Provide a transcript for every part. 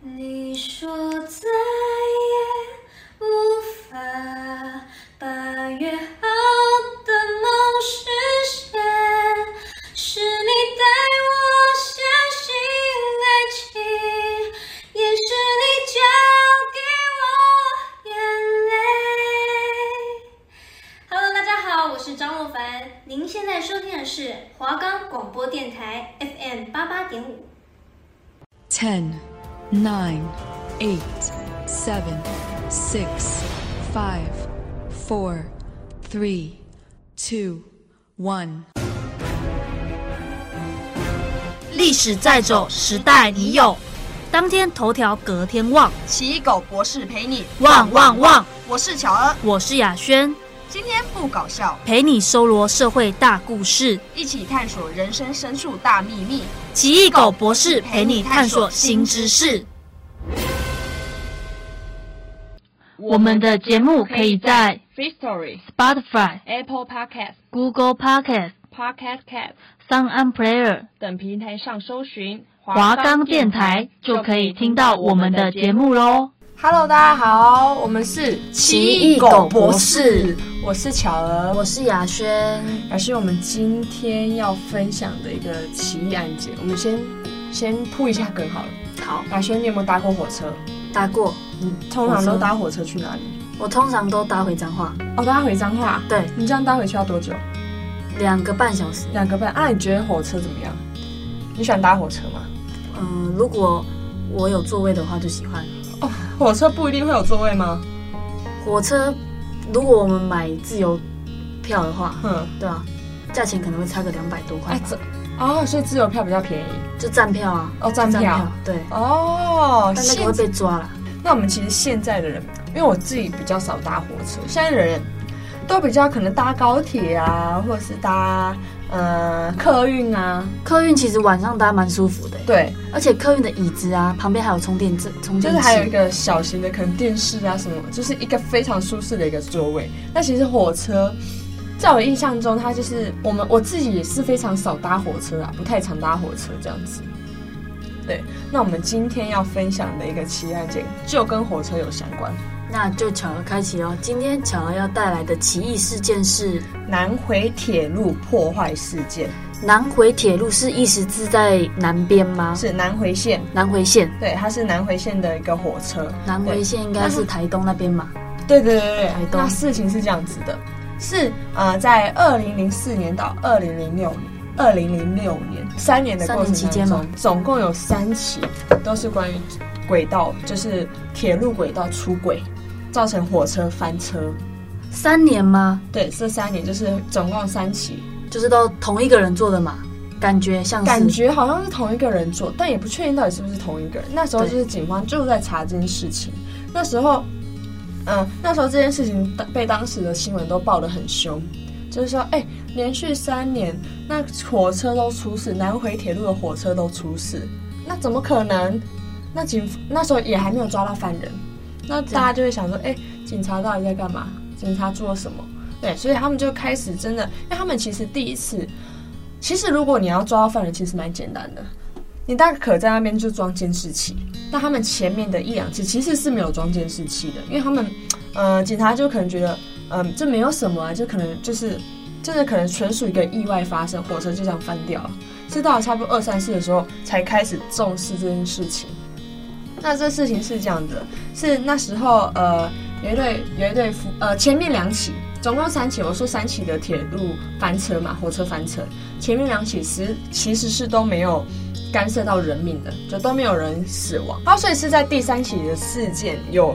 你说再也无法把约好的梦实现，是你带我相信爱情，也是你教给我眼泪。Hello，大家好，我是张若凡。您现在收听的是华冈广播电台 FM 八八点五。 Ten, nine, eight, seven, six, five, four, three, two, one. 历史在走，时代你有。当天头条，隔天望。奇异狗博士陪你旺旺旺！我是巧儿，我是雅轩，今天不搞笑，陪你搜罗社会大故事。一起探索人生深处大秘密。奇异狗博士陪你探索新知识。我们的节目可以在 Free Story、 Spotify、 Apple Podcast、 Google Podcast、 Podcast Cat Sound On Player、等平台上搜寻华冈电台就可以听到我们的节。目喽。 Hello，大家好，我们是奇异狗博士，我是巧儿，是雅轩，而是我们今天要分享的一个奇异案件。我们先先铺一下梗好了。好，雅轩，你有没有搭过火车？搭过。你通常火都车搭火车去哪里？我通常都搭回彰化，哦，搭回彰化。对，你这样搭回去要多久？两个半小时。两个半啊？你觉得火车怎么样？你喜欢搭火车吗？呃嗯、如果我有座位的话就喜欢。火车不一定会有座位吗？火车，如果我们买自由票的话，哼，对啊，价钱可能会差个两百多块哎吧，这哦，所以自由票比较便宜就站票啊，哎哦，站票对，哦。但那现个会被抓啦。那我们其实现在的人，因为我自己比较少搭火车，现在的人都比较可能搭高铁啊，或者是搭呃客运啊，客运其实晚上搭蛮舒服的，欸对，而且客运的椅子啊，旁边还有充电站，充就电是器。还有一个小型的可能电视啊什么，就是一个非常舒适的一个座位。那其实火车，在我印象中，它就是我们我自己也是非常少搭火车啊，不太常搭火车这样子。对，那我们今天要分享的一个奇案件，就跟火车有相关。那就巧儿开启哦。今天巧儿要带来的奇异事件是南回铁路破坏事件南回铁路，是意思是在南边吗？是南回线，南回线。对，它是南回线的一个火车。南回线应该是台东那边嘛，对对对对台，东那事情是这样子的，是呃，在二零零四年到二零零六年。二零零六年三年的过三年程期当间中吗，总共有三起都是关于轨道，就是铁路轨道出轨，造成火车翻车。三年吗？对，这三年就是总共三起，就是都同一个人做的嘛，感觉像是感觉好像是同一个人做，但也不确定到底是不是同一个人。那时候就是警方就在查这件事情，那时候，嗯、那时候这件事情当被当时的新闻都报得很凶，就是说，哎、连续三年那火车都出事，南回铁路的火车都出事，那怎么可能？那警那时候也还没有抓到犯人，那大家就会想说，哎、警察到底在干嘛？警察做了什么？对，所以他们就开始真的，因为他们其实第一次，其实如果你要抓到犯人，其实蛮简单的，你大可在那边就装监视器。那他们前面的一两次其实是没有装监视器的，因为他们，呃，警察就可能觉得，嗯、这没有什么啊，就可能就是真的可能纯属一个意外发生，火车就这样翻掉了。是到了差不多二三四的时候才开始重视这件事情。那这事情是这样的，是那时候呃有一对有一对夫呃前面两起，总共三起，我说三起的铁路翻车嘛，火车翻车，前面两起实其实是都没有干涉到人命的，就都没有人死亡。然后所以是在第三起的事件有。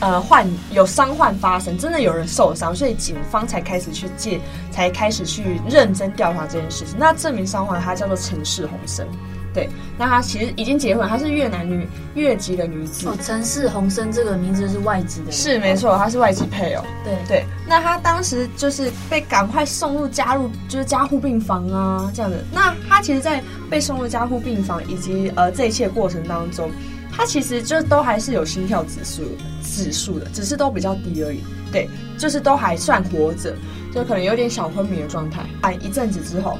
呃，患有伤患发生，真的有人受伤，所以警方才开始去借，才开始去认真调查这件事情。那这名伤患他叫做陈世宏生，对，那他其实已经结婚，她是越南女越籍的女子，哦，城市红生这个名字是外籍的，是没错，她是外籍配偶。对，对，那他当时就是被赶快送入加入就是加护病房啊这样的。那他其实，在被送入加护病房以及呃这一切过程当中，他其实就都还是有心跳指数指数的，只是都比较低而已。对，就是都还算活着，就可能有点小昏迷的状态。啊，一阵子之后，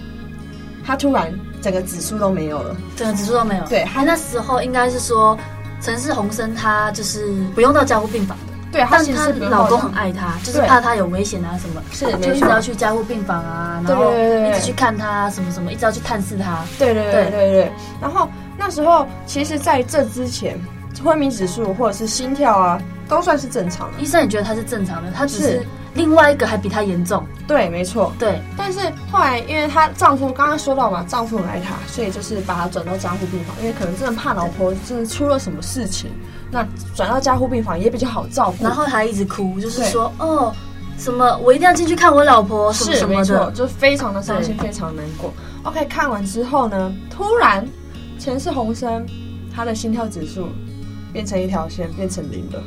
他突然整个指数都没有了。整个指数都没有。哎对还那时候应该是说陈世宏生他就是不用到加护病房的，对，她但其实她是不用老公抱很着爱她，就是对怕她有危险啊什么，是就没一直错要去加护病房啊，对然后对对对一对直去看她什么什么，一直要去探视她。对对对对对对。然后那时候其实在这之前，昏迷指数或者是心跳啊，都算是正常的。医生也觉得她是正常的，她只是是另外一个还比她严重。对，没错。对，但是后来，因为她丈夫刚刚说到嘛，丈夫很爱她，所以就是把她转到加护病房，因为可能真的怕老婆真的出了什么事情，那转到加护病房也比较好照顾。然后还一直哭，就是嗯对说哦，什么我一定要进去看我老婆，什么是什没么错，的。就非常的伤心，非常难过。OK，看完之后呢，突然前世红生，她的心跳指数变成一条线，变成零了，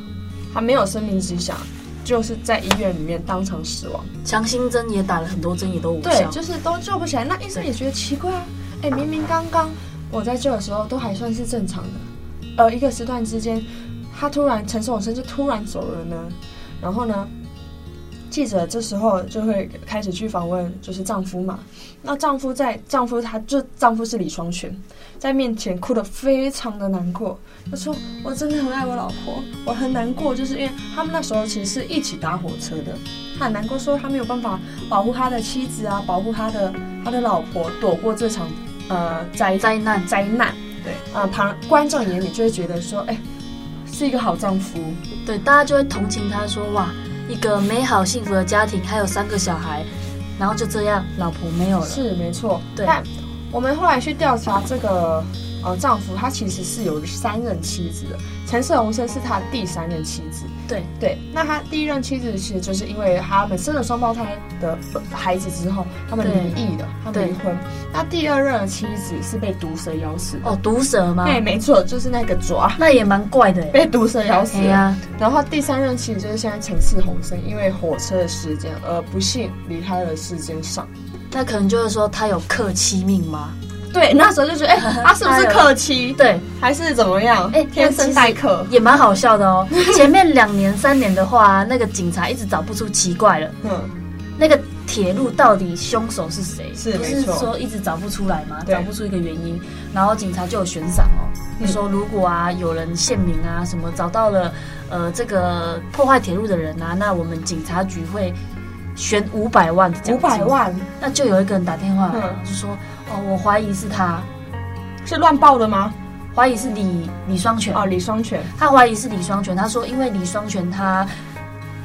她没有生命迹象，就是在医院里面当场死亡。强心针也打了很多针，也都无对，效。就是都救不起来。那医生也觉得奇怪啊，哎，明明刚刚我在救的时候都还算是正常的，呃，一个时段之间，他突然陈世宏生就突然走了呢，然后呢？记者这时候就会开始去访问，就是丈夫嘛。那丈夫在丈夫他就丈夫是李双全，在面前哭得非常的难过。他说：“我真的很爱我老婆，我很难过，就是因为他们那时候其实是一起搭火车的。他很难过，说他没有办法保护他的妻子啊，保护他的他的老婆，躲过这场呃灾灾难灾难。对，啊、旁观众眼里就会觉得说，哎、是一个好丈夫。对，大家就会同情她，说哇，一个美好幸福的家庭，还有三个小孩，然后就这样，老婆没有了。是没错，对但我们后来去调查这个呃丈夫，他其实是有三任妻子的，陈世宏生是他的第三任妻子。对对，那他第一任妻子其实就是因为他们生了双胞胎的呃孩子之后，他们对离异的，他对们离婚。那第二任的妻子是被毒蛇咬死的。哦，毒蛇吗？对，没错，就是那个爪那也蛮怪的哎。被毒蛇咬死哎了。呀，然后第三任妻子就是现在陈世宏生，因为火车的时间而不幸离开了世间上。那可能就是说她有克妻命吗？对，那时候就觉得， 哎、他是不是克妻？对，还是怎么样？哎天生带克。也蛮好笑的 哦。前面两年三年的话，啊那个警察一直找不出奇怪了，嗯，那个铁路到底凶手是谁？是不没是错说一直找不出来吗？对找不出一个原因，然后警察就有悬赏哦，就嗯说如果啊有人献名啊什么找到了呃这个破坏铁路的人啊，那我们警察局会悬五百万的奖金。五百，万那就有一个人打电话来嗯就说哦，我怀疑是他，是乱报的吗？怀疑是李李双全哦，李双全他怀疑是李双全，他说因为李双全他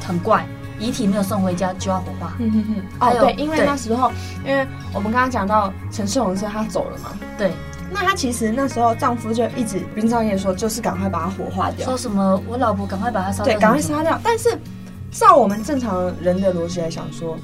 很怪，遗体没有送回家就要火化。嗯哼哼，还哦有对，因为对那时候，因为我们刚刚讲到陈世宏生他走了嘛，对，那他其实那时候丈夫就一直冰照业说，就是赶快把他火化掉说，什么我老婆赶快把他烧掉，对，赶快杀掉。但是照我们正常人的逻辑来想说，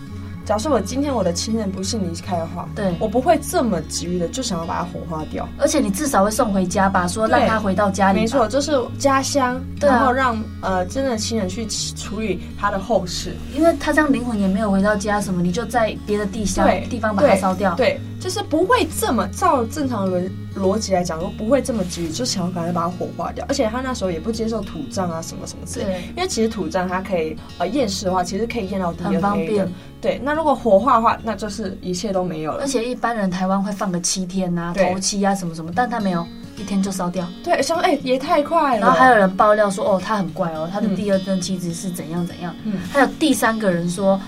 假设我今天我的亲人不幸离开的话，对，我不会这么急于的就想要把他火化掉。而且你至少会送回家吧，说让对他回到家里。没，错，就是家乡，对啊然后让呃真的亲人去处理他的后事。因为他这样灵魂也没有回到家，什么你就在别的地下对地方把他烧掉。对，就是不会这么照正常的逻辑来讲，说不会这么急于就想要赶快把它火化掉。而且他那时候也不接受土葬啊什么什么之类的，对因为其实土葬它可以呃验尸的话，其实可以验到 DNA 很方的便。对，那如果火化的话，那就是一切都没有了而。且一般人台湾会放个七天呐、对头七啊什么什么，但他没有，一天就烧掉。对，想说哎、也太快了。然后还有人爆料说，哦，他很怪哦，他的嗯第二任妻子是怎样怎样。嗯还有第三个人说，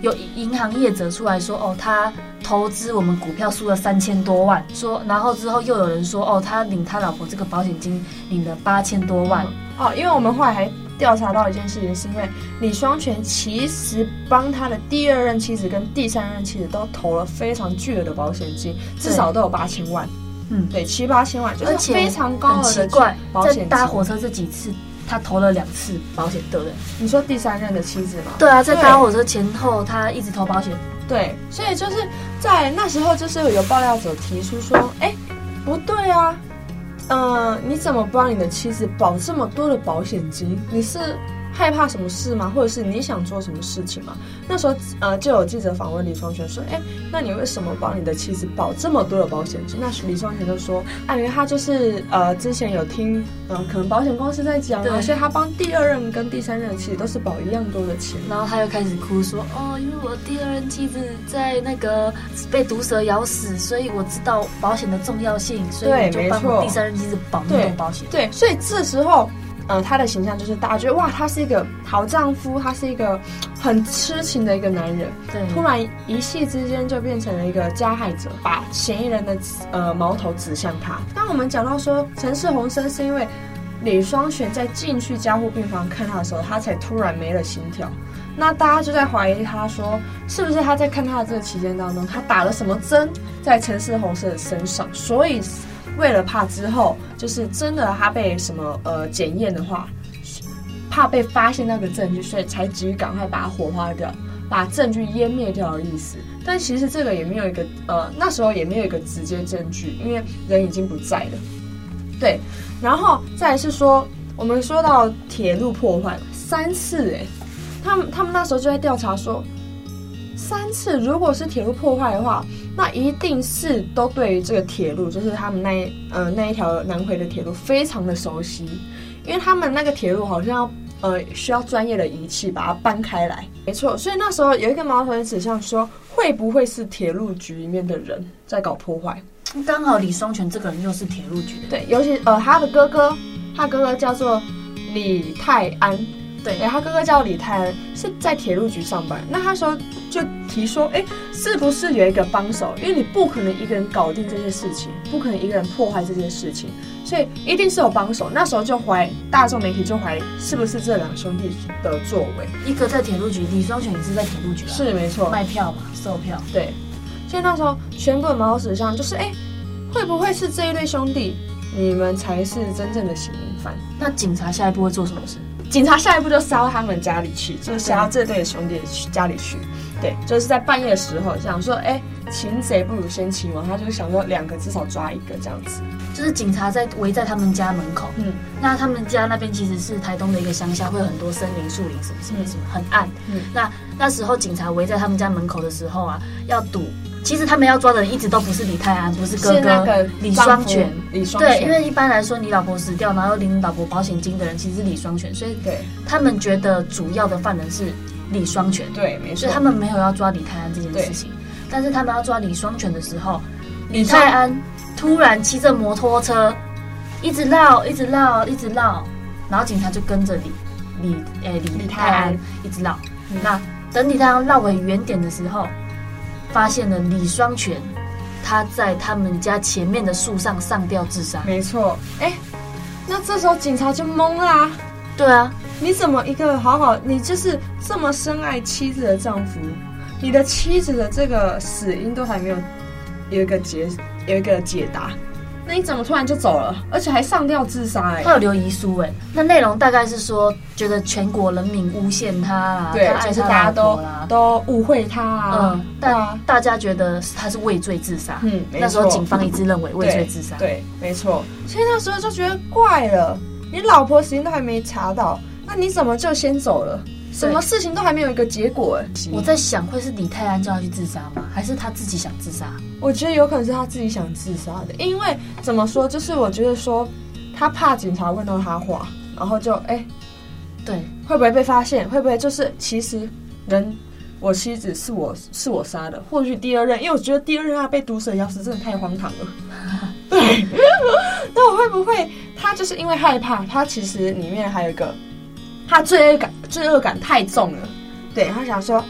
有银行业者出来说，哦，他投资我们股票输了三千多万，说，然后之后又有人说，哦，他领他老婆这个保险金领了八千多万，哦，因为我们后来还调查到一件事情，是因为李双全其实帮他的第二任妻子跟第三任妻子都投了非常巨额的保险金，至少都有八千万，嗯，对，七八千万，就而是且非常高很额奇的怪，保在险金。搭火车这几次。他投了两次保险，对不对？你说第三任的妻子吗？对啊，在对搭火车前后，他一直投保险。对，所以就是在那时候，就是有爆料者提出说，哎，不对啊，呃，你怎么帮你的妻子保这么多的保险金？你是害怕什么事吗？或者是你想做什么事情吗？那时候呃，就有记者访问李双全说，哎，那你为什么帮你的妻子保这么多的保险金？那李双全就说，啊，因为他就是呃之前有听呃可能保险公司在讲啊，对所以他帮第二任跟第三任妻子都是保一样多的钱。然后他又开始哭说：“哦，因为我第二任妻子在那个被毒蛇咬死，所以我知道保险的重要性，所以对我就帮没错我第三任妻子保那对种保险。对，所以这时候，呃，他的形象就是大家觉得哇，他是一个好丈夫，他是一个很痴情的一个男人。”对，突然一夕之间就变成了一个加害者，把嫌疑人的呃矛头指向他。当我们讲到说陈世宏生是因为李双全在进去加护病房看他的时候，他才突然没了心跳。那大家就在怀疑他说，是不是他在看他的这个期间当中，他打了什么针在陈世宏生的身上？所以为了怕之后就是真的他被什么呃检验的话，怕被发现那个证据，所以才急于赶快把它火化掉，把证据湮灭掉的意思。但其实这个也没有一个呃，那时候也没有一个直接证据，因为人已经不在了。对，然后再来是说，我们说到铁路破坏三次、哎，他们他们那时候就在调查说，三次如果是铁路破坏的话，那一定是都对于这个铁路，就是他们那一呃那一条南回的铁路非常的熟悉，因为他们那个铁路好像要呃需要专业的仪器把它搬开来，没错。所以那时候有一个矛头的指向说，会不会是铁路局里面的人在搞破坏？刚好李双全这个人又是铁路局的，对，尤其呃他的哥哥，他哥哥叫做李泰安，对然后他哥哥叫李泰安，是在铁路局上班。那他说就提说，哎，是不是有一个帮手？因为你不可能一个人搞定这些事情，不可能一个人破坏这些事情，所以一定是有帮手。那时候就怀大众媒体就怀疑是不是这两兄弟的作为？一个在铁路局，李双全也是在铁路局、啊，是没错，卖票嘛，售票。对，所以那时候全部的矛头指向就是，哎、会不会是这一对兄弟，你们才是真正的嫌疑犯？那警察下一步会做什么事？警察下一步就杀到他们家里去，就是杀到这对兄弟去家里去。对，就是在半夜的时候想说，哎、擒贼不如先擒王，他就是想说两个至少抓一个这样子。就是警察在围在他们家门口，嗯那他们家那边其实是台东的一个乡下，会有很多森林、树林什么什么什么，很暗。嗯那那时候警察围在他们家门口的时候啊，要堵。其实他们要抓的人一直都不是李泰安，不是哥是那哥个李双全丈。夫李双对，全，因为一般来说，你老婆死掉，然后领老婆保险金的人其实是李双全，所以对他们觉得主要的犯人是李双全。对没错，所以他们没有要抓李泰安这件对事情，但是他们要抓李双全的时候，李李双泰安突然骑着摩托车，一直绕，一直绕，一直绕，然后警察就跟着李李诶、李李李泰泰安安一直绕。嗯那等李泰安绕回原点的时候，发现了李双全，他在他们家前面的树上上吊自杀。没错。哎、那这时候警察就懵啦、对啊，你怎么一个好好，你就是这么深爱妻子的丈夫，你的妻子的这个死因都还没有有一个解有一个解答，那你怎么突然就走了，而且还上吊自杀、 欸？他有留遗书哎，那内容大概是说，觉得全国人民诬陷他啦，对他，爱就是他大家老都婆啦，都误会他啊，嗯，对但啊，大家觉得他是畏罪自杀。嗯，没错那时候警方一致认为畏罪自杀。对，没错。所以那时候就觉得怪了，你老婆死因都还没查到，那你怎么就先走了？什么事情都还没有一个结果、欸我在想，会是李泰安叫他去自杀吗？还是他自己想自杀？我觉得有可能是他自己想自杀的，因为怎么说，就是我觉得说他怕警察问到他话，然后就哎、对，会不会被发现？会不会就是其实人我妻子是我是我杀的？或许第二任，因为我觉得第二任他被毒蛇咬死真的太荒唐了。对，那我会不会他就是因为害怕，他其实里面还有一个他罪恶感罪恶感太重了，对他想说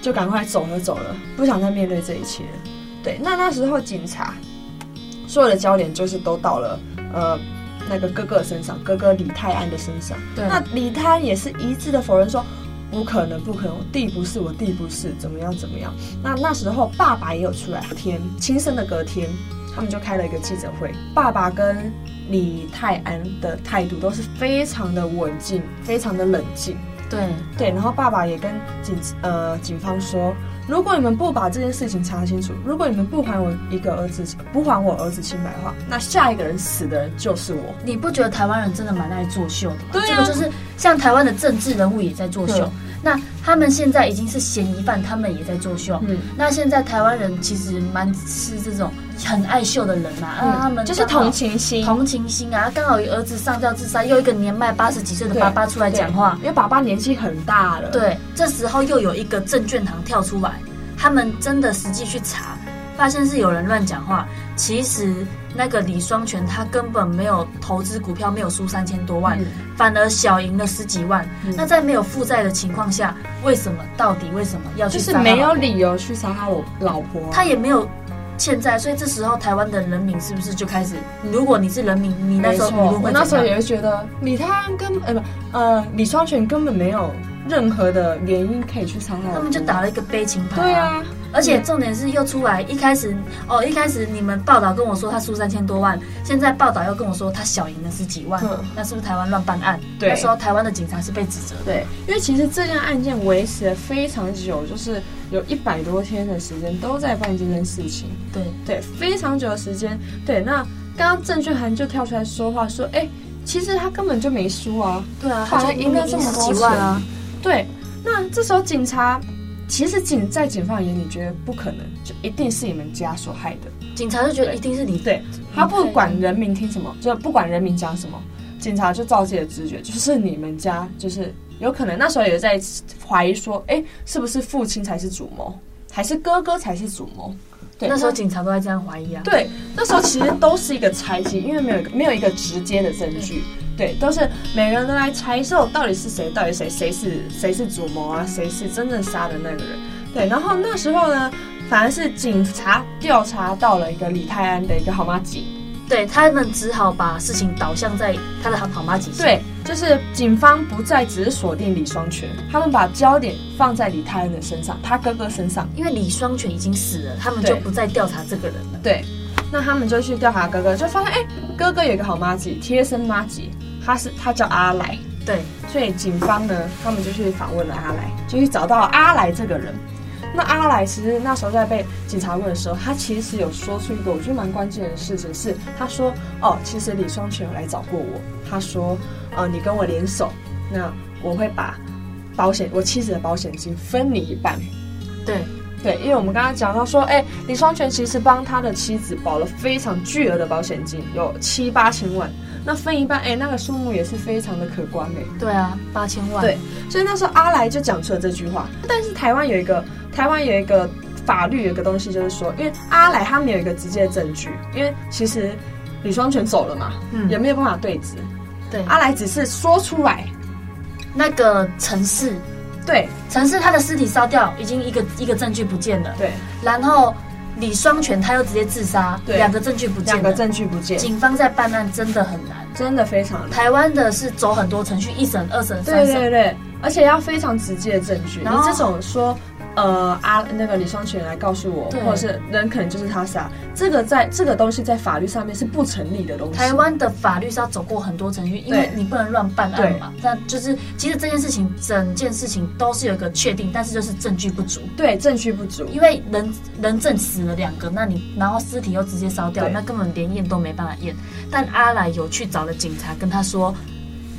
就赶快走了走了，不想再面对这一切了。对，那那时候警察所有的焦点就是都到了呃那个哥哥身上，哥哥李泰安的身上。对那李泰安也是一致的否认说。不可能，不可能！我弟不是，我弟不是，怎么样，怎么样？那那时候爸爸也有出来，天亲生的隔天，他们就开了一个记者会。爸爸跟李泰安的态度都是非常的稳静，非常的冷静。对，对，然后爸爸也跟警呃警方说，如果你们不把这件事情查清楚，如果你们不还我一个儿子，不还我儿子清白的话，那下一个人死的人就是我。你不觉得台湾人真的蛮爱作秀的吗？对啊这个就是像台湾的政治人物也在作秀嗯，那他们现在已经是嫌疑犯，他们也在作秀。嗯，那现在台湾人其实蛮是这种很爱秀的人呐、啊，他们嗯就是刚好同情心，同情心啊，刚好有儿子上吊自杀，又一个年迈八十几岁的爸爸出来讲话，因为爸爸年纪很大了。对，这时候又有一个证券行跳出来，他们真的实际去查，发现是有人乱讲话。其实那个李双全他根本没有投资股票，没有输三千多万，嗯反而小赢了十几万。嗯那在没有负债的情况下，为什么到底为什么要去就是杀他没老有婆理由去杀他老老婆、啊。他也没有欠债，所以这时候台湾的人民是不是就开始？如果你是人民，你那没时候错舆论，我会那时怎候么也样？会觉得李泰安根呃不呃李双全根本没有任何的原因可以去杀他老婆。他们就打了一个悲情牌、对啊，而且重点是又出来，一开始哦，一开始你们报道跟我说他输三千多万，现在报道又跟我说他小赢了十几万，嗯那是不是台湾乱办案？对那时候台湾的警察是被指责的。对，因为其实这件案件维持了非常久，就是有一百多天的时间都在办这件事情，对，对，非常久的时间。对，那刚刚郑俊涵就跳出来说话说，哎，其实他根本就没输啊，对啊，反而他就赢了这么赢多十几万啊！对。那这时候警察，其实警在警方眼里觉得不可能，就一定是你们家所害的，警察就觉得一定是你对他不嗯管人民听什么，就不管人民讲什么，警察就照自己的直觉，就是你们家就是有可能那时候也在怀疑说，哎、是不是父亲才是主谋，还是哥哥才是主谋？对，那时候警察都在这样怀疑啊。对那时候其实都是一个猜忌，因为没有一个没有一个直接的证据。对，都是每个人都来猜测到底是谁，到底谁谁是谁是主谋啊，谁是真正杀的那个人。对，然后那时候呢，反而是警察调查到了一个李泰安的一个好妈姐，对他们只好把事情导向在他的好妈姐身上。对，就是警方不再只是锁定李双全，他们把焦点放在李泰恩的身上，他哥哥身上。因为李双全已经死了，他们就对不再调查这个人了。对，那他们就去调查哥哥，就发现哎、哥哥有一个好妈吉，贴身妈吉，他是他叫阿来，对，所以警方呢，他们就去访问了阿来，就去找到阿来这个人。那阿来其实那时候在被警察问的时候，他其实有说出一个我觉得蛮关键的事情是，他说哦，其实李双全有来找过我，他说呃你跟我联手，那我会把保险我妻子的保险金分你一半。对，对，因为我们刚刚讲到说，哎、李双全其实帮他的妻子保了非常巨额的保险金，有七八千万，那分一半，哎、那个数目也是非常的可观哎、对啊，八千万。对，所以那时候阿来就讲出了这句话。但是台湾有一个，台湾有一个法律有一个东西，就是说，因为阿来他没有一个直接的证据，因为其实李双全走了嘛，嗯也没有办法对质。对，阿来只是说出来，那个城市对陈氏他的尸体烧掉，已经一个一个证据不见了。对，然后李双全他又直接自杀，对两个证据不两见个了。证据不见，警方在办案真的很难。真的非常难。台湾的是走很多程序，一审、二审、对三对审，对，而且要非常直接的证据。你然后这种说，呃，阿、那个李双全来告诉我，对或者是人可能就是他杀，这个在这个东西在法律上面是不成立的东西。台湾的法律是要走过很多程序，因为对你不能乱办案嘛。那就是其实这件事情，整件事情都是有一个确定，但是就是证据不足。对证据不足，因为人人证死了两个，那你然后尸体又直接烧掉，对那根本连验都没办法验。但阿来有去找了警察，跟他说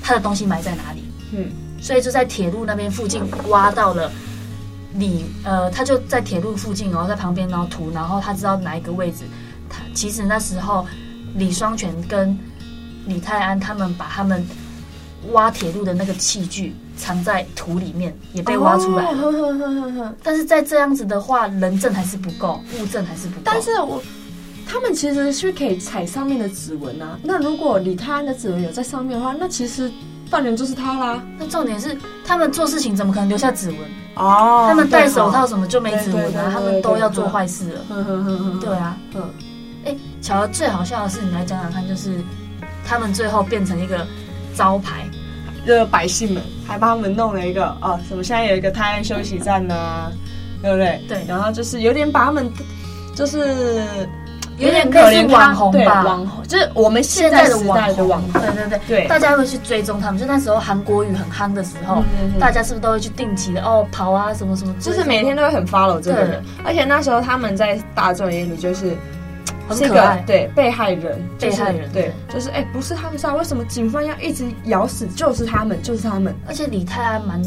他的东西埋在哪里，嗯。所以就在铁路那边附近挖到了李呃，他就在铁路附近，然后在旁边然后涂，然后他知道哪一个位置。他其实那时候李双全跟李泰安他们把他们挖铁路的那个器具藏在土里面，也被挖出来了。哦呵呵呵呵呵但是在这样子的话，人证还是不够，物证还是不够。但是我他们其实是可以踩上面的指纹啊。那如果李泰安的指纹有在上面的话，那其实犯人就是他啦。那重点是，他们做事情怎么可能留下指纹？哦他们戴手套，什么就没指对纹对对啊？他们都要做坏事了。呵呵呵呵，对啊，嗯，哎，巧儿最好笑的是，你来讲讲看，就是他们最后变成一个招牌，就是百姓们还帮他们弄了一个啊，什么现在有一个泰安休息啊站呐、对不对？对然后就是有点把他们就是有点可类怜似他网红对吧，网红就是我们现现在在时代的的网网红，对对对对大家会去追踪他们。就那时候韩国语很夯的时候，嗯嗯嗯大家是不是都会去定期的哦跑啊什么什么？就是每天都都会很 follow 这个对人，而且那时候他们在大众眼里就是很是一可个爱，对被害人，就是被害人对，就是哎、不是他们杀，为什么警方要一直咬死就是他们，就是他们，而且李泰安蛮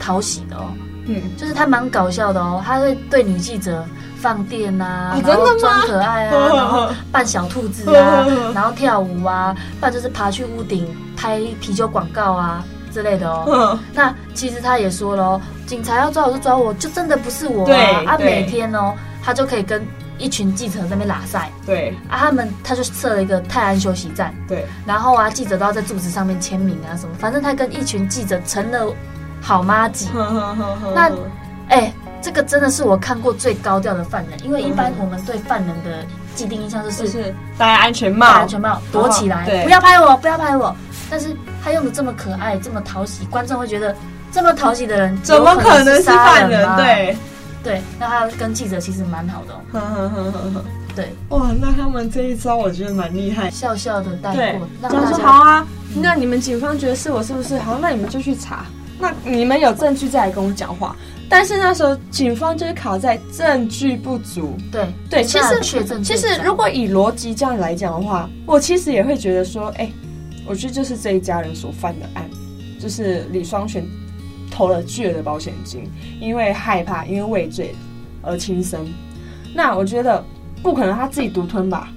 讨喜的哦，嗯，就是他蛮搞笑的哦，他会对女记者放电啊，哦然后真的吗装可爱啊， 然后扮小兔子啊，然后跳舞啊，不然就是爬去屋顶拍啤酒广告啊之类的 哦。嗯，那其实他也说了、哦，警察要抓我就抓我，就真的不是我对啊。啊，对每天哦，他就可以跟一群记者在那边拉塞对啊，他们他就设了一个泰安休息站，对，然后啊，记者都要在柱子上面签名啊什么，反正他跟一群记者成了好妈鸡。那那哎，这个真的是我看过最高调的犯人，因为一般我们对犯人的既定印象就就是是戴安全帽，戴安全帽躲起来，对不要拍我，不要拍我。但是他用的这么可爱，这么讨喜，观众会觉得这么讨喜的人怎么有可能是杀犯人？吗对，对，那他跟记者其实蛮好的、哦，对， 哇，那他们这一招我觉得蛮厉害。笑笑的带对过，，让这样大说家好啊，那你们警方觉得是我是不是？好，那你们就去查，那你们有证据再来跟我讲话。但是那时候警方就是卡在证据不足，对对，其虽然实确证其最实早如果以逻辑这样来讲的话，我其实也会觉得说，哎、我觉得就是这一家人所犯的案，就是李双全投了巨额的保险金，因为害怕，因为畏罪而轻生。那我觉得不可能他自己独吞吧？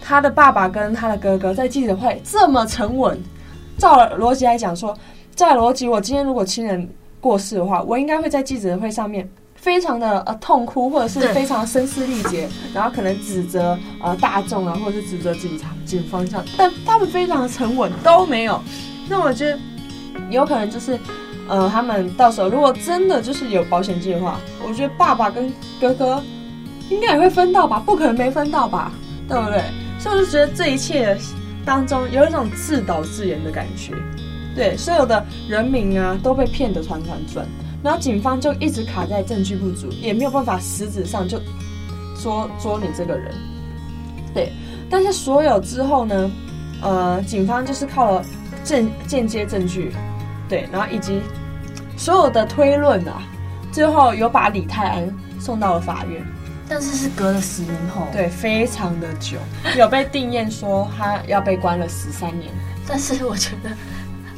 他的爸爸跟他的哥哥在记者会这么沉稳，照逻辑来讲说，照逻辑，我今天如果亲人过世的话，我应该会在记者会上面非常的呃痛哭，或者是对非常声嘶力竭，然后可能指责呃大众啊，或者是指责警察、警方这样，但他们非常的沉稳，都没有。那我觉得有可能就是。呃，他们到时候如果真的就是有保险计划，我觉得爸爸跟哥哥应该也会分到吧，不可能没分到吧，对不对？所以我就觉得这一切当中有一种自导自演的感觉，对，所有的人民啊都被骗得团团转，然后警方就一直卡在证据不足，也没有办法实质上就说说你这个人，对，但是所有之后呢，呃，警方就是靠了证间接证据，对，然后以及所有的推论啊，最后有把李泰安送到了法院。但是是隔了十年后，，对，非常的久，有被定验说他要被关了十三年。但是我觉得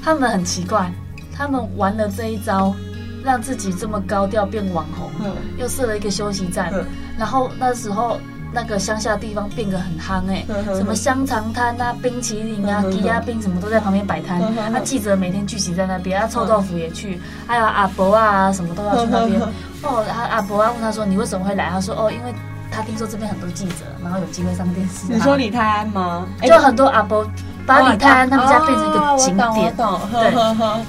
他们很奇怪，他们玩了这一招，让自己这么高调变网红，嗯，又设了一个休息站，嗯然后那时候那个乡下地方变得很夯哎、嗯嗯什么香肠摊啊、冰淇淋啊嗯、嗯鸡鸭冰什么都在旁边摆摊，嗯嗯嗯啊记者每天聚集在那边，啊臭豆腐也去，还有阿伯啊什么都要去那边嗯嗯。哦，他阿伯啊问他说你为什么会来？他说哦因为他听说这边很多记者，然后有机会上电视、啊。你说李泰安吗？哎就很多阿伯把李泰安他们家变成一个景点，哦我懂，我懂呵呵呵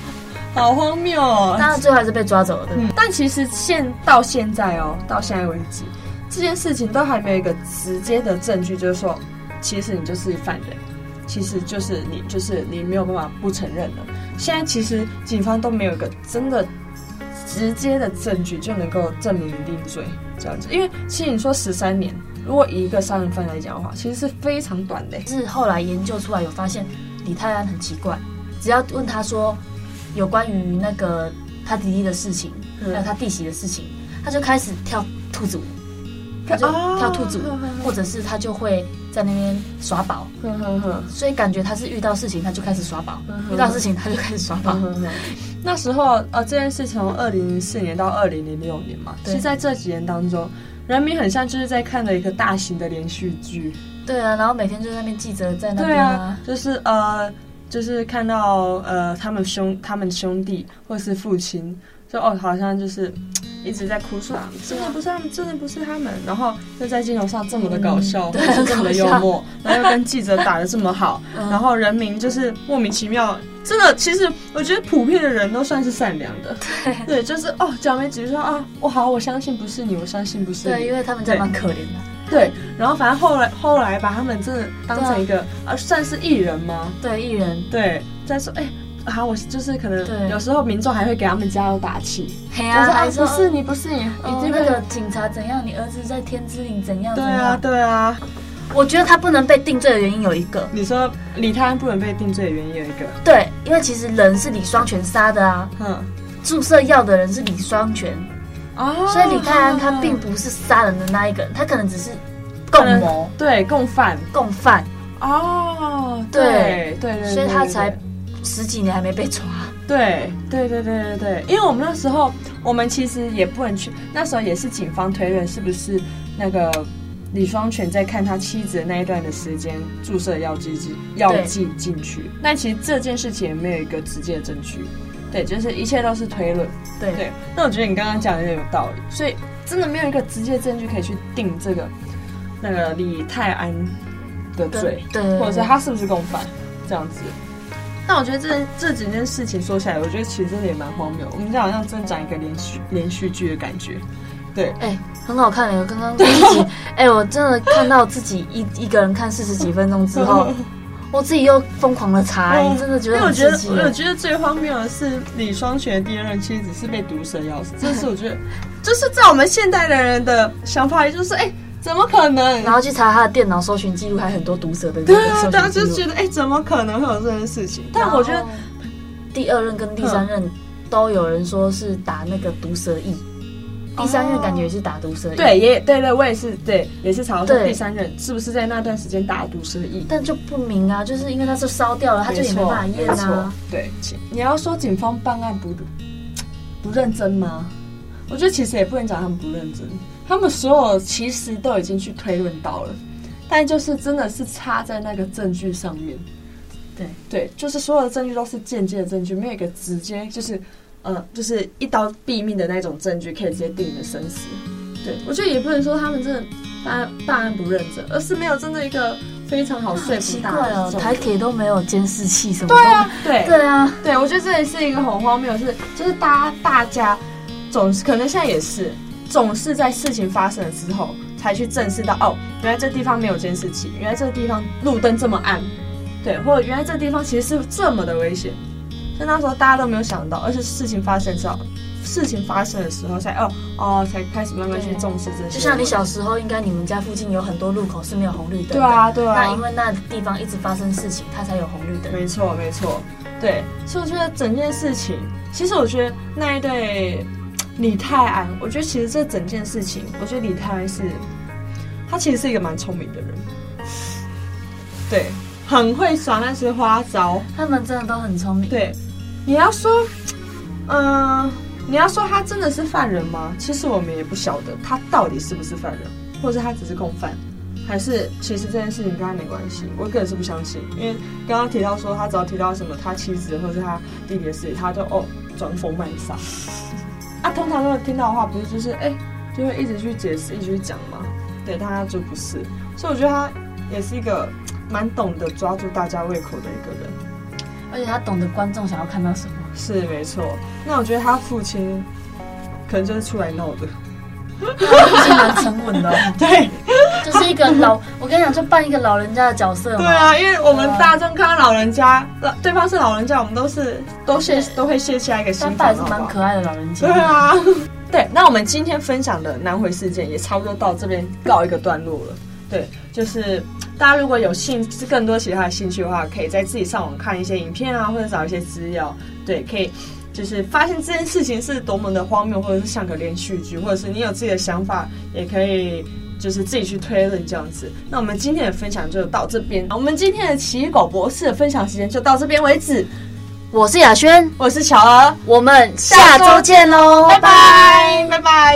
好荒谬哦。但他最后还是被抓走了，对不对？嗯，但其实现到现在哦，到现在为止，这件事情都还没有一个直接的证据，就是说，其实你就是犯人，其实就是你，就是你没有办法不承认了。现在其实警方都没有一个真的直接的证据就能够证明你定罪这样子，因为其实你说十三年，如果以一个杀人犯来讲的话，其实是非常短的。欸是后来研究出来有发现，李泰安很奇怪，只要问他说有关于那个他弟弟的事情，嗯还有他弟媳的事情，他就开始跳兔子舞，他就啊跳兔子舞，或者是他就会在那边耍宝，哼哼哼。所以感觉他是遇到事情他就开始耍宝嗯，哼遇到事情他就开始耍宝嗯。哼哼那时候，呃，这件事从二零零四年到二零零六年嘛，对其实在这几年当中，人民很像就是在看的一个大型的连续剧。对啊，然后每天就在那边记者在那对边啊啊，，就是呃，就是看到呃他们兄他们兄弟或是父亲，就哦好像就是一直在哭说啊，真的不是他们，真的不是他们，然后又在镜头上这么的搞笑，对很这么的幽默，然后又跟记者打的这么好，嗯然后人民就是莫名其妙，真的，其实我觉得普遍的人都算是善良的，对，就是哦，讲没几句说啊，我好，我相信不是你，我相信不是你，对，因为他们家蛮可怜的。对，然后反正后来后来把他们真的当对啊成一个啊，算是艺人吗？对艺人，对，在说哎、啊，我就是可能对有时候民众还会给他们加油打气，嘿就是啊，哎，不是你不是你，一哦定那会个警察怎样，你儿子在天之灵怎样对怎样。啊，对啊。我觉得他不能被定罪的原因有一个，你说李泰安不能被定罪的原因有一个，对，因为其实人是李双全杀的啊，嗯注射药的人是李双全，啊哦所以李泰安他并不是杀人的那一个人，他可能只是共可能谋、对共犯共犯，哦，对对对对，所以他对才十几年还没被抓。对对对对对对，因为我们那时候我们其实也不能去，那时候也是警方推论是不是那个李双全在看他妻子的那一段的时间注射药剂剂药剂进去，但其实这件事情也没有一个直接的证据，对，就是一切都是推论。对，对，那我觉得你刚刚讲的有点有道理，所以真的没有一个直接证据可以去定这个那个李泰安的跟罪，对，或者是他是不是共犯这样子。但我觉得这这几件事情说起来，我觉得其实真的也蛮荒谬。我们这好像真讲一个连续连续剧的感觉。哎、很好看的、我刚刚自己，哎、我真的看到自己一一个人看四十几分钟之 后，我自己又疯狂的查、哎，真的觉因得为我很觉刺得激、我觉得最荒谬的是李双全的第二任妻子是被毒蛇咬死，这是 我觉得就是在我们现代的人的想法，也就是哎、怎么可能？然后去查他的电脑搜寻记录，还很多毒蛇的那对个啊，搜大家寻记就录。觉得哎、怎么可能会有这件事情？但我觉哦得，嗯第二任跟第三任都有人说是打那个毒蛇疫，第三任感觉也是打毒蛇疫，，哦对，也对对，我也是对，也是查到说对第三任是不是在那段时间打毒蛇疫？但就不明啊，就是因为那时候烧掉了，他就也没错办法验啊没错啊。对，请你要说警方办案不不认真吗？我觉得其实也不能讲他们不认真，他们所有其实都已经去推论到了，但就是真的是差在那个证据上面。对对，就是所有的证据都是间接的证据，没有一个直接就是，呃，就是一刀毙命的那种证据可以直接定你的生死。对，我觉得也不能说他们真的办案办案不认真，而是没有真的一个非常好说服奇大怪家的哦这，种台铁都没有监视器什么对的。啊，对对啊，对，我觉得这也是一个很荒谬的事，就是大家大家总是可能现在也是总是在事情发生了之后才去正视到，哦，原来这地方没有监视器，原来这个地方路灯这么暗，对，或者原来这地方其实是这么的危险，所以那时候大家都没有想到，而是事情发生之后，事情发生的时候才哦哦才开始慢慢去对重视这些问题，就像你小时候，应该你们家附近有很多路口是没有红绿灯的。对啊对啊，那因为那地方一直发生事情，它才有红绿灯。没错，没错，对。所以我觉得整件事情，其实我觉得那一对李泰安，我觉得其实这整件事情，我觉得李泰安是，他其实是一个蛮聪明的人，对，很会耍那些花招，他们真的都很聪明。对。你要说，嗯、你要说他真的是犯人吗？其实我们也不晓得他到底是不是犯人，或者他只是共犯，还是其实这件事情跟他没关系。我个人是不相信，因为刚刚提到说他只要提到什么他妻子或者他弟弟的事情，他就哦装疯卖傻。 啊，通常如果听到的话，不是就是哎、就会一直去解释，一直去讲嘛。对，但他就不是，所以我觉得他也是一个蛮懂得抓住大家胃口的一个人。而且他懂得观众想要看到什么。是没错。那我觉得他父亲可能就是出来闹的。是蛮沉稳的、 哦对就是一个老，我跟你讲，就扮一个老人家的角色对嘛。啊，因为我们大众看到老人家，老对方是老人家，我们都是都卸都会卸下一个心但爸防，也是蛮好不好可爱的老人家。对，啊。对，那我们今天分享的南回事件也差不多到这边告一个段落了。对，就是大家如果有兴更多其他的兴趣的话，可以在自己上网看一些影片啊，或者找一些资料，对，可以就是发现这件事情是多么的荒谬，或者是像个连续剧，或者是你有自己的想法，也可以就是自己去推论这样子。那我们今天的分享就到这边，我们今天的奇异狗博士的分享时间就到这边为止。我是雅轩，我是乔儿，我们下周见喽，拜拜，拜拜。